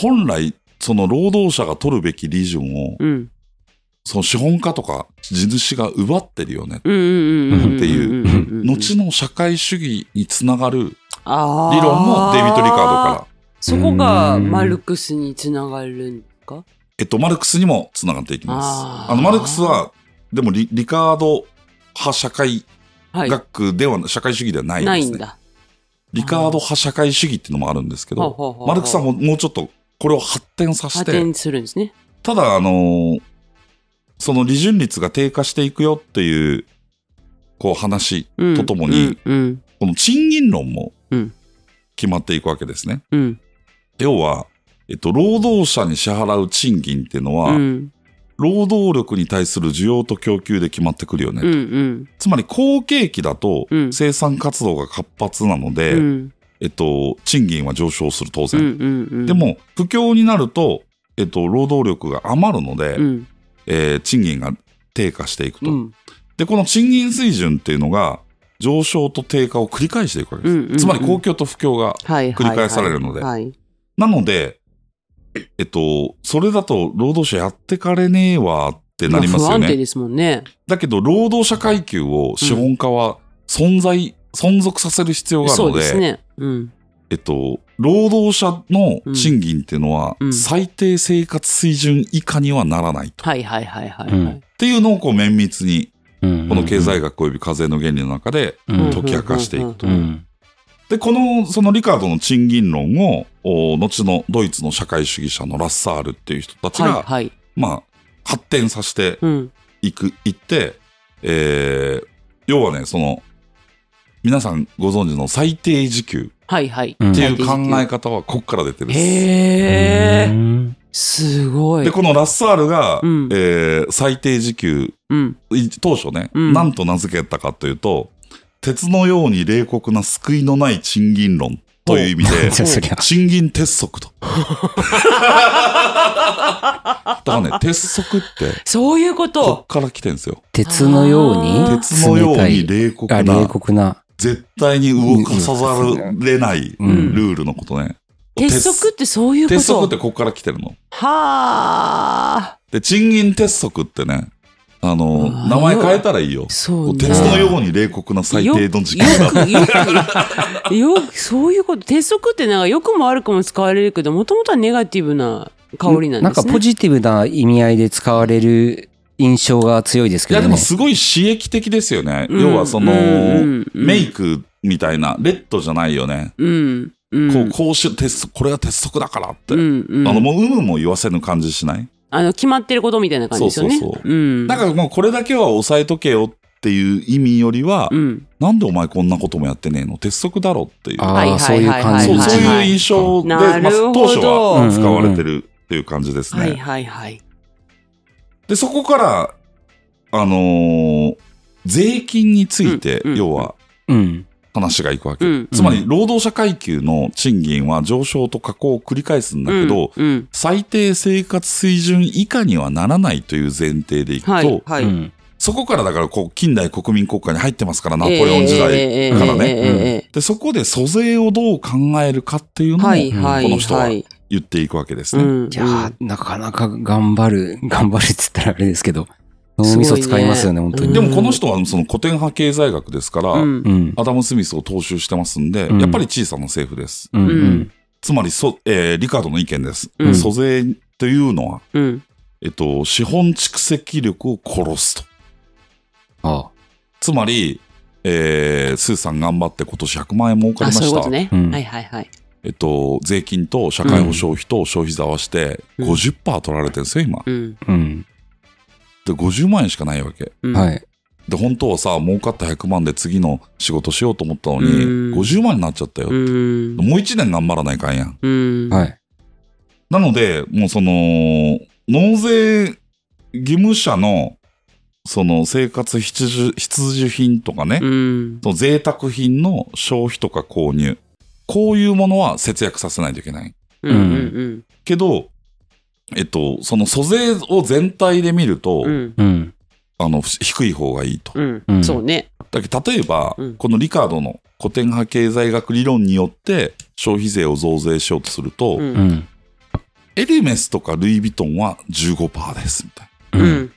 S3: 本来、その労働者が取るべき利潤を、
S1: うん。
S3: その資本家とか地主が奪ってるよね。
S1: うん。うん。うん。
S3: ってい
S1: う
S3: う
S1: ん。
S3: 後の社会主義につながる
S1: あー
S3: 理論もデイビッド・リカードから、
S1: そこがマルクスにつながるんですか
S3: えっと、マルクスにもつながっていきま
S1: あ
S3: す。
S1: ー
S3: あの、マルクスは、でもリリカード派社会
S1: はい。
S3: 学では、社会主義ではない
S1: ない
S3: です
S1: ん
S3: ね。
S1: だ。
S3: リカード派社会主義っていうのもあるんですけど、マ
S1: マ
S3: ルクスはもうもうちょっとこれを発展させ
S1: 発
S3: て、
S1: 展するんですね。
S3: ただ、あのーその利潤率が低下していくよっていう、こう話
S1: うん
S3: とともに、
S1: うん。
S3: この賃金論も
S1: うん
S3: 決まっていくわけですね。
S1: うん。
S3: 要は、えっと、労働者に支払う賃金っていうのは、
S1: うん。うん。
S3: 労働力に対する需要と供給で決まってくるよね。
S1: うん。うん。
S3: つまり好景気だと
S1: うん
S3: 生産活動が活発なので、
S1: うん。
S3: えっと、賃金は上昇する当
S1: うん。う
S3: 然。
S1: ん。うん
S3: で、も、不況になると、えっと、労働力が余るので、
S1: うん。
S3: えー賃金が低下していくと、
S1: うん。
S3: で、この賃金水準っていうのが上昇と低下を繰り返していくわけです。
S1: うんうん
S3: つまり、公共と不況が。
S1: 繰
S3: 繰り返されるので
S1: はい。
S3: なので、えっと、それだと労働者やってかれねえわってなります
S1: 不
S3: よ
S1: 安定
S3: ね。
S1: ですもんね。
S3: だけど、労働者階級を資本家は存在、存続させる必要がある
S1: そう
S3: の
S1: で
S3: で、
S1: すね。うん。
S3: えっと、労働者の賃金っていうのは、
S1: うん
S3: 最低生活水準以下にはならないと。
S1: はいはいはいはいは
S2: う
S1: い
S2: ん。
S3: っていうのをこう綿密に、こ
S2: こ
S3: の経済学及び課税の原理の中で、
S1: うん
S3: 解き明かしていくと
S2: う。ん。
S3: で、この、そのリカードの賃金論を、お後のドイツの社会主義者のラッサールっていう人たちが、
S1: はいはい。
S3: まあ、発展させて
S1: うん。
S3: いく、いって、えー、要はね、その、皆さんご存知の最低時給
S1: はいはい。
S2: うん
S3: っていう考え方はこっから出てるんです。
S1: へ
S2: う
S1: え。
S2: ん
S1: すごい。
S3: で、このラッサールが、
S1: うん
S3: えー最低時給、
S1: うん。
S3: い当初ね、
S1: うん
S3: なんと名付けたかというと、鉄のように冷酷な救いのない賃金論という意味で、
S2: じゃあそりゃ。
S3: 賃金鉄則
S1: (laughs)
S3: と。だからね、鉄則って、
S1: そういうこ
S3: ことっ。から来てんですよ。
S2: 鉄のように
S1: あー
S3: 鉄のように
S2: 冷
S3: 冷酷
S2: あ
S3: な
S2: 冷、酷な。
S3: 絶対に動かさざるれないル
S2: うん
S3: ールのことね。
S1: 鉄則ってそういうこと。
S3: 鉄則ってこっから来てるの。
S1: はあ。
S3: で、賃金鉄則ってね、あの、
S1: あー
S3: 名前変えたらいいよ。
S1: そうね。
S3: 鉄のように冷酷な最低の時給
S1: よ
S3: だ。
S1: く、よく、よく、そういうこと。鉄則ってなんか良くも悪くも使われるけど、もともとはネガティブな香りなん
S2: な
S1: で
S2: ん
S1: す
S2: か
S1: ね。
S2: ポジティブな意味合いで使われる印象が強いです
S3: い
S2: け
S3: や、
S2: ど
S3: で
S2: ね。
S3: もすごい刺激的ですよね。
S1: うん
S3: 要はその、
S1: うんうん
S3: メイクみたいな、レッドじゃないよね。
S1: うん。うん。
S3: こう、こうし、鉄則、これが鉄則だからって。
S1: うんうん
S3: あの、もう、有無も言わせぬ感じしない
S1: あの、決まってることみたいな感じですよね。
S3: そうそうそ
S1: うん。
S3: なんかもう、これだけは抑えとけよっていう意味よりは、
S1: うん。
S3: なんでお前こんなこともやってねえの鉄則だろっていう。
S1: はいは
S2: ああ、
S1: い
S2: そういう感
S1: は
S2: じ
S3: そう、
S1: は
S3: そういう印象で、ま
S1: な
S3: あ、
S1: るほど
S3: 当初は使われてるっていう感じですね。
S1: はいはいはい。
S3: で、そこから、あのー税金について、
S1: うんうん
S3: 要は
S2: うん。
S3: 話がいくわけ。
S1: うん。
S3: つまり、労働者階級の賃金は上昇と下降を繰り返すんだけど、
S1: うん。
S3: 最低生活水準以下にはならないという前提でいくと、
S1: はいは
S2: う
S1: い。
S2: ん。
S3: そこからだからこう近代国民国家に入ってますから、ナ
S1: ナ
S3: ポレオン時代。
S1: 代
S3: からね
S1: ね。
S3: で、そこで租税をどう考えるかっていうのを
S1: はいはい。
S3: この人は
S1: はい
S3: 言っていくわけです
S1: う
S3: ね。
S1: ん。
S2: いやーなかなか頑張る、 (laughs) 頑張るって言ったらあれですけど、脳みそ使いますよね、
S1: すごい
S2: 本
S1: ね
S2: 当に。
S3: でもこの人はその古典派経済学ですから、
S1: うん
S2: うん。
S3: アダム・スミスを踏襲してますんで、
S2: うん
S3: やっぱり小さな政府です。
S2: うんうん。
S3: つまりそ、えーリカードの意見です。
S1: うん
S3: 租税というのは、
S1: うん。
S3: えっと、資本蓄積力を殺すと。
S2: ああ。
S3: つまり、えースーさん頑張って今年100万円儲かり
S1: あ、
S3: ま
S1: そういう
S3: し
S1: こ
S3: た
S1: と。ね。
S2: うん
S1: はいはいはい。
S3: えっと、税金と社会保障費と消費税合わせて
S1: うん
S3: 50%取られてるんですよ、今。
S1: うん。
S2: うん。
S3: で、50万円しかないわけ。
S1: うん
S2: はい。
S3: で、本当はさ、儲かった100万で次の仕事しようと思ったのに、
S1: うん
S3: 50万になっちゃったよ。
S1: うん。
S3: もう1年頑張らないかんやん。
S1: うん。
S2: はい。
S3: なので、もうその、納税義務者の、その生活必需必需品とかね、
S1: うん。
S3: その贅沢品の消費とか購入。こういうものは節約させないといけない。
S1: うんうん
S3: けど、えっと、その租税を全体で見ると、
S1: うん。うん
S2: うん。
S3: あの、低い方がいいと。
S1: う。
S2: うんん
S1: そうね。
S3: だけど例えば、
S1: うん
S3: このリカードの古典派経済学理論によって消費税を増税しようとすると、
S1: う。
S2: うんん。
S3: エルメスとかルイ・ヴィトンは15%です、みたいな。
S1: う
S2: うん。
S1: ん。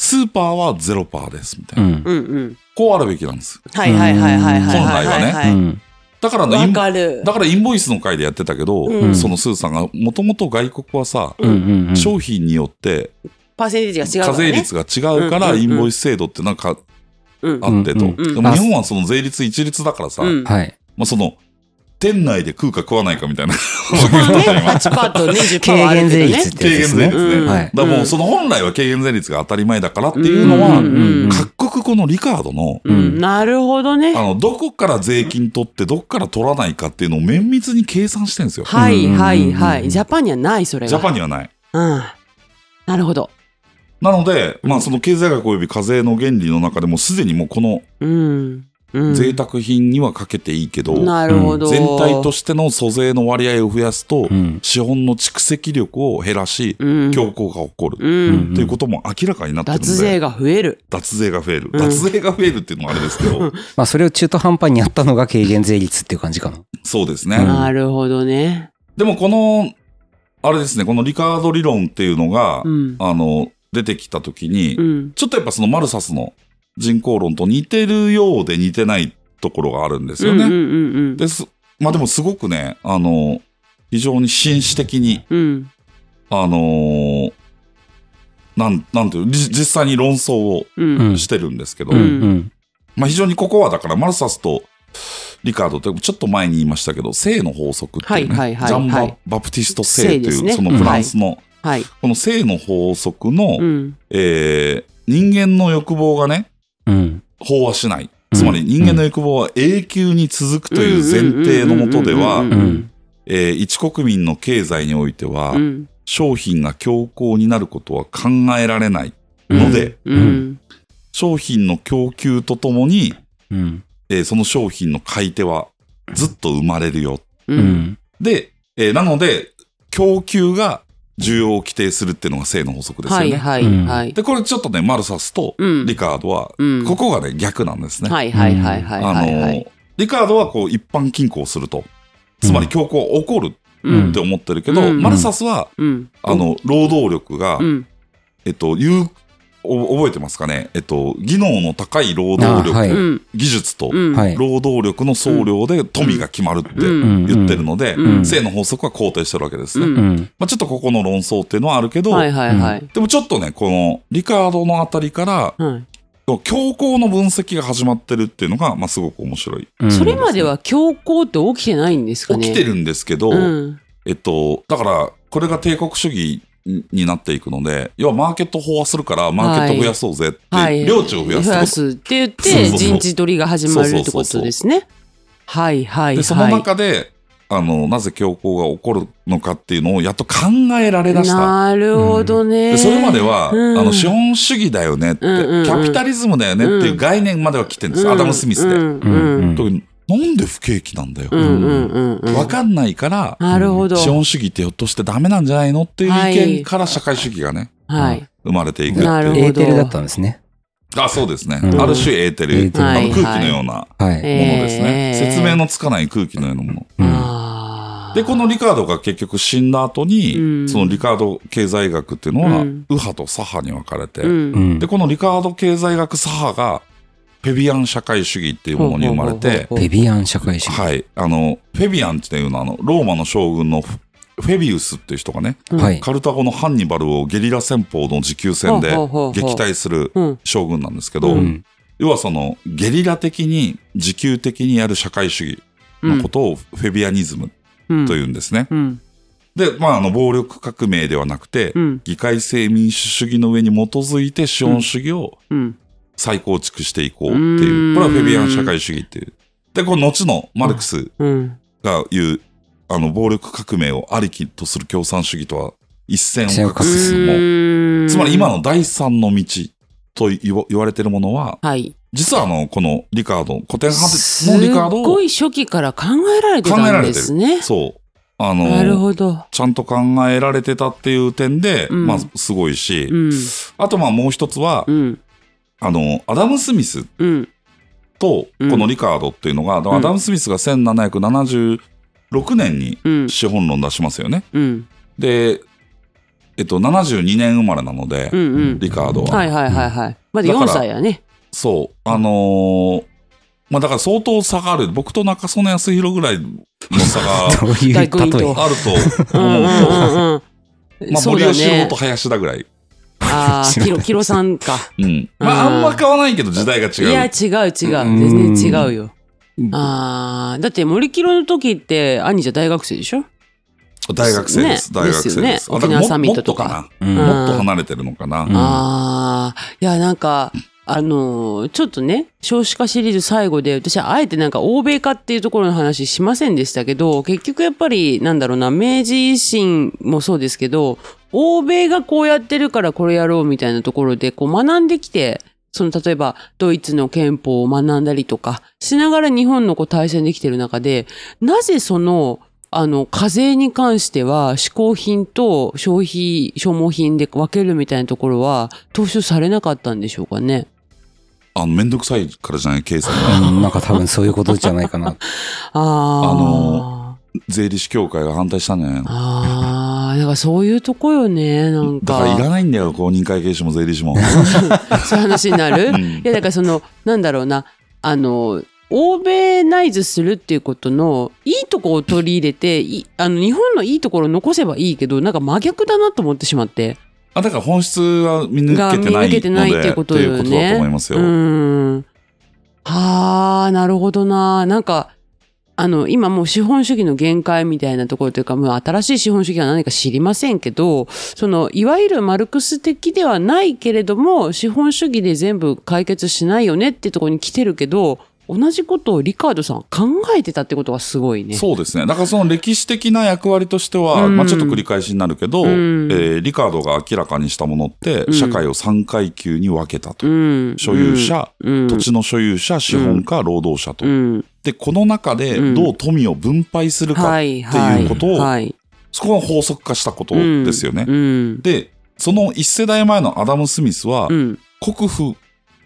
S3: スーパーは0%です、みたいうな。
S2: ん。
S1: うんうん。
S3: こうあるべきなんです。
S1: はいはいはいはいはい。
S3: 本来はね
S1: はい。
S2: うん
S3: だからのイ
S1: わ
S3: ン、
S1: かる。
S3: だからインボイスの回でやってたけど、
S1: うん
S3: そのスーさんが、もともと外国はさ、
S2: うんうんうん。
S3: 商品によって
S1: パーセンテージが違う
S3: 課
S1: から
S3: 税
S1: ね。
S3: 率が違うか
S1: うん
S3: ら、
S1: うんうん
S3: インボイス制度ってなんか
S1: うん
S3: あってと。
S2: うん
S1: うんうん
S3: でも日本はその税率一律だからさ、
S1: うん。ま
S2: はい。
S3: まあその、店内で食うか食わないかみたいな。
S1: あね、8%と20%は
S2: 軽
S1: ある
S2: 減税
S1: けどね
S2: 率っ。てやつですね。
S3: 軽減税率
S1: うん
S2: はい
S3: だからもうその本来は軽減税率が当たり前だからっていうのは、
S1: うんうん
S3: 各国このリカードの、
S1: う
S2: うん
S1: ん、なるほどね。
S3: あの、どこから税金取って、どこから取らないかっていうのを綿密に計算してるんですよ。
S1: はいはいは
S2: うんうんうん
S1: い。ジャパンにはない、それが。
S3: ジャパンにはない。
S1: うん。なるほど。
S3: なので、まあその経済学及び課税の原理の中でもすでにもうこの
S1: うん。うん、
S3: 贅沢品にはかけていいけど、
S1: なるほど。
S3: 全体としての租税の割合を増やすと、
S2: うん。
S3: 資本の蓄積力を減らし、
S1: うん、
S3: 強行が起こる。
S1: うん。
S3: ということも明らかになってるので、
S1: 脱税が増える。
S3: 脱税が増える。
S1: うん
S3: 脱税が増えるっていうのはあれですけ
S1: (laughs)
S3: ど、
S2: まあ、それを中途半端にやったのが軽減税率っていう感じかな。
S3: そうですね。
S2: うん
S1: なるほどね。
S3: でもこの、あれですね、このリカード理論っていうのが、
S1: うん。
S3: あの、出てきたときに、
S1: うん。
S3: ちょっとやっぱそのマルサスの人口論と似てるようで似てないところがあるんですよね。
S1: うんうんうんうん。
S3: です。まあでもすごくね、あの、非常に紳士的に、
S1: うん。
S3: あのーなん、なんていう、じ実際に論争を
S1: うん。
S3: してるんですけど、
S1: うん
S2: ん。
S3: まあ非常にここはだからマルサスとリカードってちょっと前に言いましたけど、性の法則っていうね、
S1: はいはいはい
S3: ジャンバ・
S1: はい
S3: バプティスト性
S1: 聖で
S3: とい
S1: す
S3: う、
S1: ね
S3: そのフランスの、
S1: はい。
S3: この性の法則の、
S1: うん。
S3: えー人間の欲望がね、
S2: うん。
S3: 飽和しない。つまり人間の欲望は永久に続くという前提のもとで
S1: う
S3: は
S1: ん、うん
S3: えー一国民の経済においては
S1: う、ん。
S3: 商品が強行になることは考えられない
S2: うん
S3: ので、
S1: うん。
S3: 商品の供給とともに、
S2: うん。
S3: えーその商品の買い手はずっと生まれるよ。
S1: う。
S2: うんん。
S3: で、えーなので、供給が需要を規定するっていうのが正の法則ですよ
S1: は
S3: ね。
S1: いは
S2: う
S1: い
S2: ん
S1: はい。
S3: で、これちょっとね、マルサスと
S1: うん
S3: リカードは、
S1: うん
S3: ここがね、逆なんですね。
S1: はいはいはいはい
S3: あの
S1: はい
S3: ー
S1: はい。
S3: リカードはこう一般均衡すると。つまり強行は起こる
S1: うん
S3: って思ってるけど、
S1: うん
S3: マルサスは、
S1: うん。
S3: あの、労働力が、
S1: うん。
S3: えっと、有お覚えてますかねえっと、技能の高い労働力、
S2: あはいううん
S1: ん。
S3: 技術と、
S1: うん。
S2: はい。
S3: 労働力の総量で富が決まるって
S1: うん
S3: 言ってるので、
S1: うん
S3: 性の法則は肯定してるわけですね。
S1: うん
S2: うん。
S3: まあ、ちょっとここの論争っていうのはあるけど、
S1: はいはいはい。
S3: でもちょっとね、このリカードのあたりから、
S1: はい
S3: 強行の分析が始まってるっていうのが、まあ、すごく面白い。
S2: うん
S1: それまでは強行って起きてないんですか
S3: 起
S1: ね
S3: きてるんですけど、
S1: うん。
S3: えっと、だから、これが帝国主義になっていくので、要はマーケット飽和するから、マーケット増やそうぜって、
S1: はい。
S3: 領地を増やすってこと
S1: って言っ
S3: そうそう
S1: て、
S3: そう
S1: 人事取りが始まるってことですね。はいはいは
S3: で、
S1: い。
S3: その中で、あの、なぜ強行が起こるのかっていうのをやっと考えられだした。
S1: なるほどね。
S3: でそれまでは、
S1: うん
S3: あの、資本主義だよねって、
S1: うんうんうん
S3: キャピタリズムだよねっていう概念までは来てるんです、
S1: うん
S3: アダム・スミスで。
S1: うんう
S2: うんん。
S3: 特になんで不景気なんだよ。
S1: う
S3: わ、
S1: んうんうんうん。
S3: かんないから、
S1: なるほど。
S3: 資本主義ってひょっとしてダメなんじゃないのっていう
S1: はい
S3: 意見から社会主義がね、
S1: はい。
S3: 生まれていくって
S1: なる
S3: いう。
S2: エーテルだったんですね。
S3: あ、そうですね。
S2: うん
S3: ある種エーテ
S2: エ
S3: ル
S2: ー。テル
S3: あ
S1: はい
S3: の空気のようなも
S2: はい。
S3: のですね、
S1: えー
S3: 説明のつかない空気のようなもの。
S2: うん
S1: あー
S3: で、このリカードが結局死んだ後に、
S1: うん
S3: そのリカード経済学っていうのは、
S1: うん
S3: 右派と左派に分かれて、
S1: うん。
S2: ん
S3: で、このリカード経済学左派が、フェビアン社会主義っていうものに生ま
S1: ほう
S3: れて、
S1: ほうほうほう
S2: ベビアン社会主義。
S3: はい、あの、フェビアンっていうのは、あの、ローマの将軍のフフェビウスっていう人がね、 (laughs)
S2: はい。
S3: カルタゴのハンニバルをゲリラ戦法の持久戦で
S1: ほうほうほうほう
S3: 撃退する
S1: うん
S3: 将軍なんですけど、
S1: う
S2: うん。
S3: 要はその、ゲリラ的に、持久的にやる社会主義のことをフェビアニズム
S1: うん
S3: というんですね。
S1: うん。
S3: で、まあ、あの、暴力革命ではなくて、
S1: うん。
S3: 議会制民主主義の上に基づいて資本主義を
S1: うん。
S3: 再構築していこうっていうう。
S1: ん
S3: これはフェビアン社会主義っていう。で、この後のマルクス
S1: うん。
S3: が言う、あの、暴力革命をありきとする共産主義とは一線を画す
S2: う
S3: も、
S1: うん
S3: つまり今の第三の道と言わ言われてるものは、
S1: はい。
S3: 実はあの、このリカード、古典
S1: す
S3: 派のリカー
S1: っ
S3: ド
S1: ご
S3: を、
S1: い初期から考えられてたんですね。
S3: そう、あの、
S1: なるほど。
S3: ちゃんと考えられてたっていう点で、
S1: うん
S3: まあ、すごいし、
S1: うん。
S3: あとまあもう一つは、
S1: うん。
S3: あの、アダム・スミス
S1: うん。
S3: と、こ
S1: うん
S3: のリカードっていうのが、
S1: ん
S3: アダム・スミスが1776年に
S1: うん。
S3: 資本論出しますよね。
S1: うん。
S3: で、えっと、72年生まれなので、
S1: うん。うん。
S3: リカードは。
S1: はいはいはいはい。まだ
S3: だから
S1: 4歳やね。
S3: そう、あのーまあだから相当差がある。僕と中曽根康弘ぐらいの
S1: (laughs)
S3: 差が
S2: どういう
S1: 大
S2: 例
S1: 工
S2: え
S1: と
S3: あると
S1: うんう
S3: 思
S1: ん
S3: う
S1: う
S3: と。
S1: んうん
S3: まあ
S1: そう
S3: 森
S1: だ
S3: 吉郎
S1: ね
S3: と。林田ぐらい。
S1: ああ、キロ、キロさんか。
S3: うん。まあ
S1: うん
S3: あんま変わらないけど時代が
S1: いや、
S3: (laughs) 違
S1: 違
S3: う。
S1: う違う。全然違うよ。
S2: うん
S1: ああ、だって森キロの時って、兄じゃ大学生でしょ
S3: 大学生です。
S1: ね
S3: 大学生で。
S1: ですすよね
S3: あだら
S1: 沖縄サミットとか
S3: もっ
S2: うん
S3: と
S1: うん
S3: かな。もっと離れてるのかな。
S2: うん
S1: ああ、いや、なんか、あのーちょっとね、少子化シリーズ最後で、私はあえてなんか欧米化っていうところの話しませんでしたけど、結局やっぱり、なんだろうな、明治維新もそうですけど、欧米がこうやってるからこれやろうみたいなところで、こう学んできて、その例えばドイツの憲法を学んだりとかしながら日本のこう対戦できてる中で、なぜその、あの、課税に関しては、嗜好品と消費、消耗品で分けるみたいなところは、踏襲されなかったんでしょうかね。
S3: あの、めんどくさいからじゃない、計算が。
S2: うん (laughs) なんか多分そういうことじゃないかな。
S1: ああ。
S3: あの税理士協会が反対したんじゃないの
S1: ああ、だからそういうとこよね、なん
S3: だ
S1: か。
S3: からいらないんだよ、公認会計士も税理士も。
S1: (laughs) そういう話になる、
S3: うん
S1: いやだからそのなんだろうなあの欧米ナイズするっていうことのいいとこを取り入れていあの日本のいいところを残せばいいけどなんか真逆だなと思ってしまって
S3: あ、だから本質は見抜けてないので。
S1: が見抜けてないっていうことよね
S3: っていうことだと思いますよ。
S1: うーんはあなるほどななんかあの今もう資本主義の限界みたいなところというかもう新しい資本主義は何か知りませんけどそのいわゆるマルクス的ではないけれども資本主義で全部解決しないよねってところに来てるけど同じことをリカードさんは考えてたってことがすごいね。
S3: そうですね。だからその歴史的な役割としては、
S1: うん
S3: まあちょっと繰り返しになるけど、
S1: うん
S3: えーリカードが明らかにしたものって、
S1: うん
S3: 社会を3階級に分けたと。
S1: うん、
S3: 所有者、
S1: うん、
S3: 土地の所有者、資本家、労働者と。
S1: うん、
S3: で、この中で
S1: うん
S3: どう富を分配するか、
S1: はい
S3: っていうことを
S1: はい
S3: そこが法則化したこと
S1: うん
S3: ですよね。
S1: うん
S3: で、その一世代前のアダム・スミスは、
S1: うん
S3: 国富、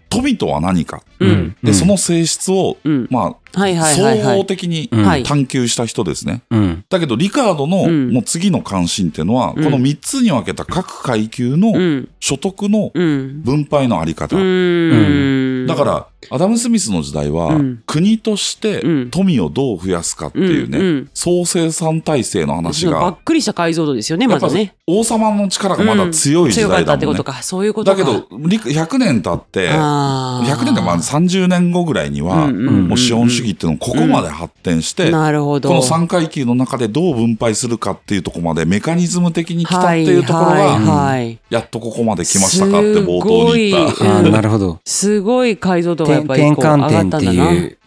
S3: 富とは何か。
S1: う
S2: うんん
S3: で、その性質を、
S1: うん
S3: ま
S1: はい
S3: あ、
S1: はい
S3: 総
S1: はいはい
S3: 合的に
S2: うん
S1: はい
S3: 探求した人ですね。
S2: うん。
S3: だけど、リカードの、
S1: うん
S3: もう次の関心っていうのは、
S1: うん
S3: この3つに分けた各階級
S1: う
S3: の
S1: ん
S3: 所得の
S1: うん
S3: 分配のあり方。
S1: うん
S3: だから、アダム・スミスの時代
S1: う
S3: は、
S1: ん
S3: 国として
S1: うん
S3: 富をどう増やすかっていうね、
S1: んん
S3: 総生産体制の話
S1: そのば
S3: が
S1: っ、くりした解像度ですよね
S3: や
S1: ま
S3: っぱ
S1: だね
S3: 王様の力がまだ強い時
S1: 強か
S3: 代
S1: った
S3: だ
S1: って
S3: も
S1: こ
S3: んね
S1: と。かそういうこと
S3: だ
S1: か
S3: けど、リカ100年経って、100
S1: あー
S3: 年かまあ30年後ぐらいには、
S1: うんうんうん
S3: もう資本主義っていうのをここまで発展して、
S1: なるほど
S3: この3階級の中でどう分配するかっていうところまでメカニズム的に来たっていうところが、
S1: はいはいはい
S3: やっとここまで来ましたかって冒頭に言っ
S1: す
S3: た。
S1: ごい
S2: あーなるほど。
S1: すごい解像度がや
S2: 転
S1: っぱり
S2: 転
S1: こう上
S2: 換
S1: がっ
S2: 点
S1: た
S2: っ
S1: ん
S2: て
S1: だな
S2: いう。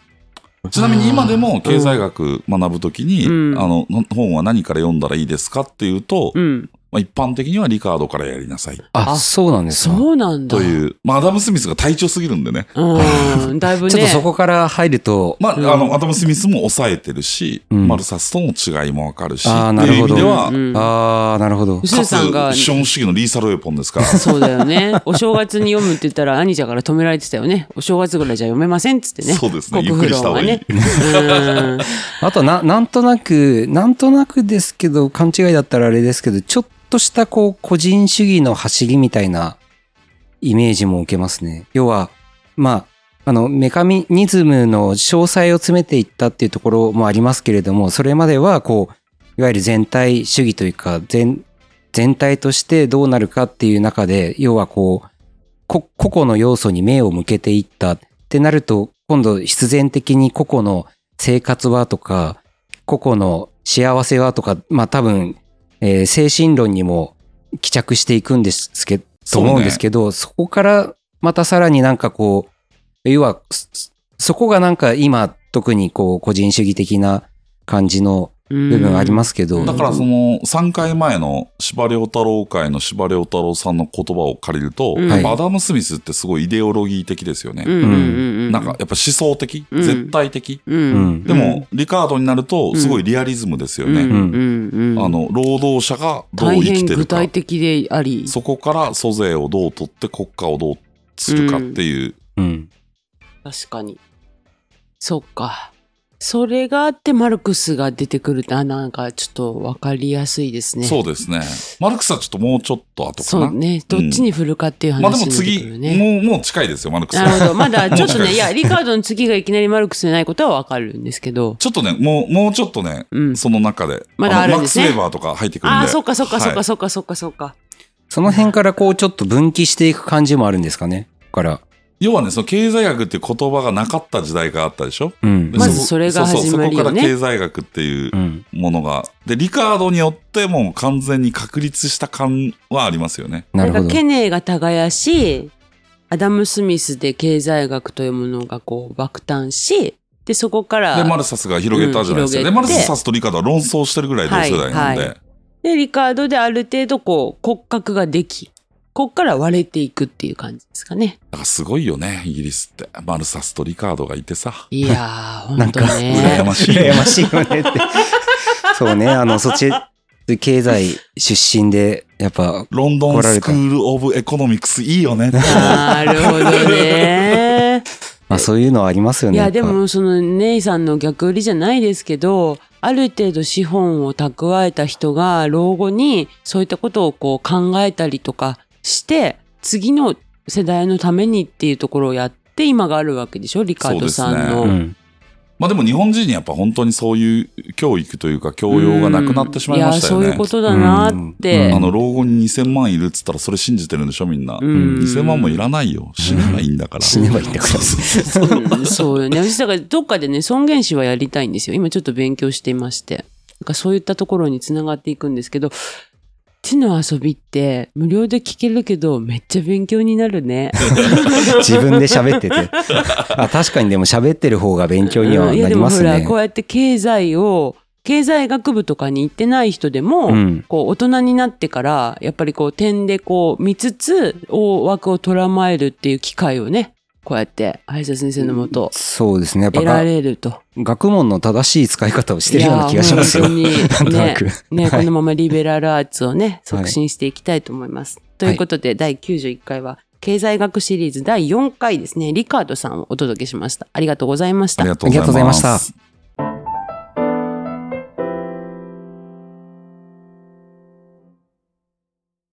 S3: ちなみに今でも経済学学ぶときに、
S1: うん
S3: あの、本は何から読んだらいいですかっていうと、
S1: うん
S3: まあ、一般的にはリカードからやりなさい
S2: あ、
S1: あ
S2: そうなんですか。
S1: そうなんだ
S3: という、まあ、アダム・スミスが体調すぎるんでね。
S1: うんだい
S3: (laughs)
S1: ぶね
S2: ちょっとそこから入ると、
S3: まあ、
S1: うん
S3: あの、アダム・スミスも抑えてるし、
S2: うん
S3: マルサスとの違いもわかるし、
S2: あー
S3: っていう意味では、
S1: うんうん
S2: ああ、なるほど。
S1: ス
S3: か
S1: ー
S3: つ
S1: さんが、
S3: 資本主義のリーサルウェポンで
S1: (laughs)
S3: すから、
S1: そうだよね。お正月に読むって言ったら、兄ちゃんから止められてたよね。お正月ぐらいじゃ読めませんっつってね。
S3: そうですね
S1: 国富論はね
S3: ゆっくり
S1: うん
S2: あとな、なんとなく、なんとなくですけど、勘違いだったらあれですけど、ちょっとしたこう、個人主義の走りみたいなイメージも受けますね。要は、まあ、あの、メカニズムの詳細を詰めていったっていうところもありますけれども、それまでは、こう、いわゆる全体主義というか、全、全体としてどうなるかっていう中で、要はこう、こ個々の要素に目を向けていったってなると、今度必然的に個々の生活はとか、個々の幸せはとか、まあ多分、えー精神論にも帰着していくんですけど、と
S3: そうね
S2: 思うんですけど、そこからまたさらになんかこう、要は、そそこがなんか今特にこう個人主義的な感じの部分ありますけど、
S3: だからその3回前の司馬遼太郎会の司馬遼太郎さんの言葉を借りると、
S1: うん
S3: やっぱアダム・スミスってすごいイデオロギー的ですよね。
S1: うんうんうん。
S3: なんかやっぱ思想的、
S1: うん
S3: 絶対的。
S1: うん、
S2: うん
S3: でも、リカードになるとすごいリアリズムですよ
S1: うん、う
S3: ね。
S1: んうんうん
S3: あの、労働者がどう
S1: 大
S3: 生き
S1: 変
S3: て
S1: 具
S3: るか
S1: 体。的であり。
S3: そこから租税をどう取って国家をどうするかっていう。
S2: うん。
S1: 確かに。そっか。それがあってマルクスが出てくるって、あ、なんかちょっとわかりやすいですね。
S3: そうですね。マルクスはちょっともうちょっと後か
S1: そ
S3: な。
S1: うね。どっちに振るかっていう
S3: まあで
S1: 話
S3: も
S1: になってく
S3: 次、
S1: るね。
S3: もう、もう近いですよ、マルクス
S1: なる
S3: は。
S1: ほど。ま
S3: (laughs)
S1: だちょっと
S3: もう近い
S1: ね、いや、リカードの次がいきなりマルクスじゃないことはわかるんですけど。
S3: ちょっとね、もう、もうちょっとね、
S1: うん。
S3: その中で。
S1: まだある
S3: の
S1: ん
S3: マッ
S1: で
S3: ク
S1: す
S3: ス・
S1: ね
S3: レーバーとか入ってくるん
S1: あ
S3: で。
S1: あ、そっかそっかそっ
S3: は
S1: かそっかそっかそっか。
S2: その辺からこうちょっと分岐していく感じもあるんですかね。だから、
S3: い要はね、その経済学っていう言葉がなかった時代があったでしょ
S2: うん
S3: で。
S1: まず
S3: こ
S1: それが
S3: そうそう
S1: 始まりよね
S3: そこから経済学っていう
S2: うん。
S3: ものが。で、リカードによってもう完全に確立した感はありますよね。
S2: なるほ
S1: ん
S2: ど
S1: か。ケネーが耕し、アダム・スミスで経済学というものがこう爆誕し、で、そこか
S3: で、
S1: ら、
S3: マルサスが広げたじゃないですか。
S1: うん広げて
S3: で、マルサスとリカードは論争してるぐらい同世代なんで。
S1: はいはで、リカードである程度こう骨格ができ、こっから割れていくっていう感じですかね。
S3: だからすごいよね、イギリスって。マルサスとリカードがいてさ。
S1: いやー、ほ
S2: (laughs) なんん
S1: と
S2: か
S1: ね
S3: 羨。ましい
S2: 羨ましいよねって。そうね、あの、そっち、経済出身で、やっぱ、
S3: ロンド
S2: 来
S3: ン
S2: られ
S3: ス
S2: た
S3: クール・オブ・エコノミクスいいよね。
S1: なるほどね。
S2: まあそういうのはありますよ
S1: い
S2: ね。
S1: や
S2: っぱ
S1: で、もその姉さんの逆売りじゃないですけどある程度資本を蓄えた人が老後にそういったことをこう考えたりとかして次の世代のためにっていうところをやって今があるわけでしょリカードさん
S3: そ
S1: の。
S2: うん。
S3: まあでも日本人にやっぱ本当にそういう教育というか教養がなくなってしまいましたよ
S1: うんいやそうい
S3: ね
S1: う。ことだなって。
S2: うん
S3: あの老後に2000万いるっつったらそれ信じてるんでしょみんな。
S1: うん
S3: 2000万もいらないよ。死ねばいいんだから。
S2: 死ねばいいんだから
S3: そうそうそう
S1: うん
S2: (laughs)
S1: そうよね。私だからどっかでね、尊厳死はやりたいんですよ。今ちょっと勉強していまして。なんかそういったところにつながっていくんですけど、手の遊びって無料で聞けるけど、めっちゃ勉強になるね。
S2: 自分で喋って (laughs) て。あ確かにでも喋ってる方が勉強に
S1: う
S2: は
S1: んい
S2: な
S1: や
S2: り
S1: で
S2: ま
S1: もほ
S2: す
S1: ら、
S2: ね
S1: こ。うやって経済を、経済学部とかに行ってない人でも、
S2: うん。
S1: こう大人になってから、やっぱりこう点でこう見つつ、大枠を捉まえるっていう機会をね、こうやって、林田先生のもと、
S2: そうですね。やっぱ
S1: 得ら
S2: が
S1: れると。
S2: 学問の正しい使い方をしてるような気がしますよ。
S1: いやー
S2: (laughs) な
S1: 本当
S2: ん
S1: に
S2: とな
S1: ね
S2: く。
S1: ね、
S2: は
S1: こ
S2: い
S1: のままリベラルアーツをね、
S2: はい
S1: 促進していきたいと思います。ということで、第91回は、経済学シリーズ第4回ですね、リカードさんをお届けしました。ありがとうございまし
S3: (laughs) あ
S1: た
S3: り。がとうございます。
S2: ありがとうございま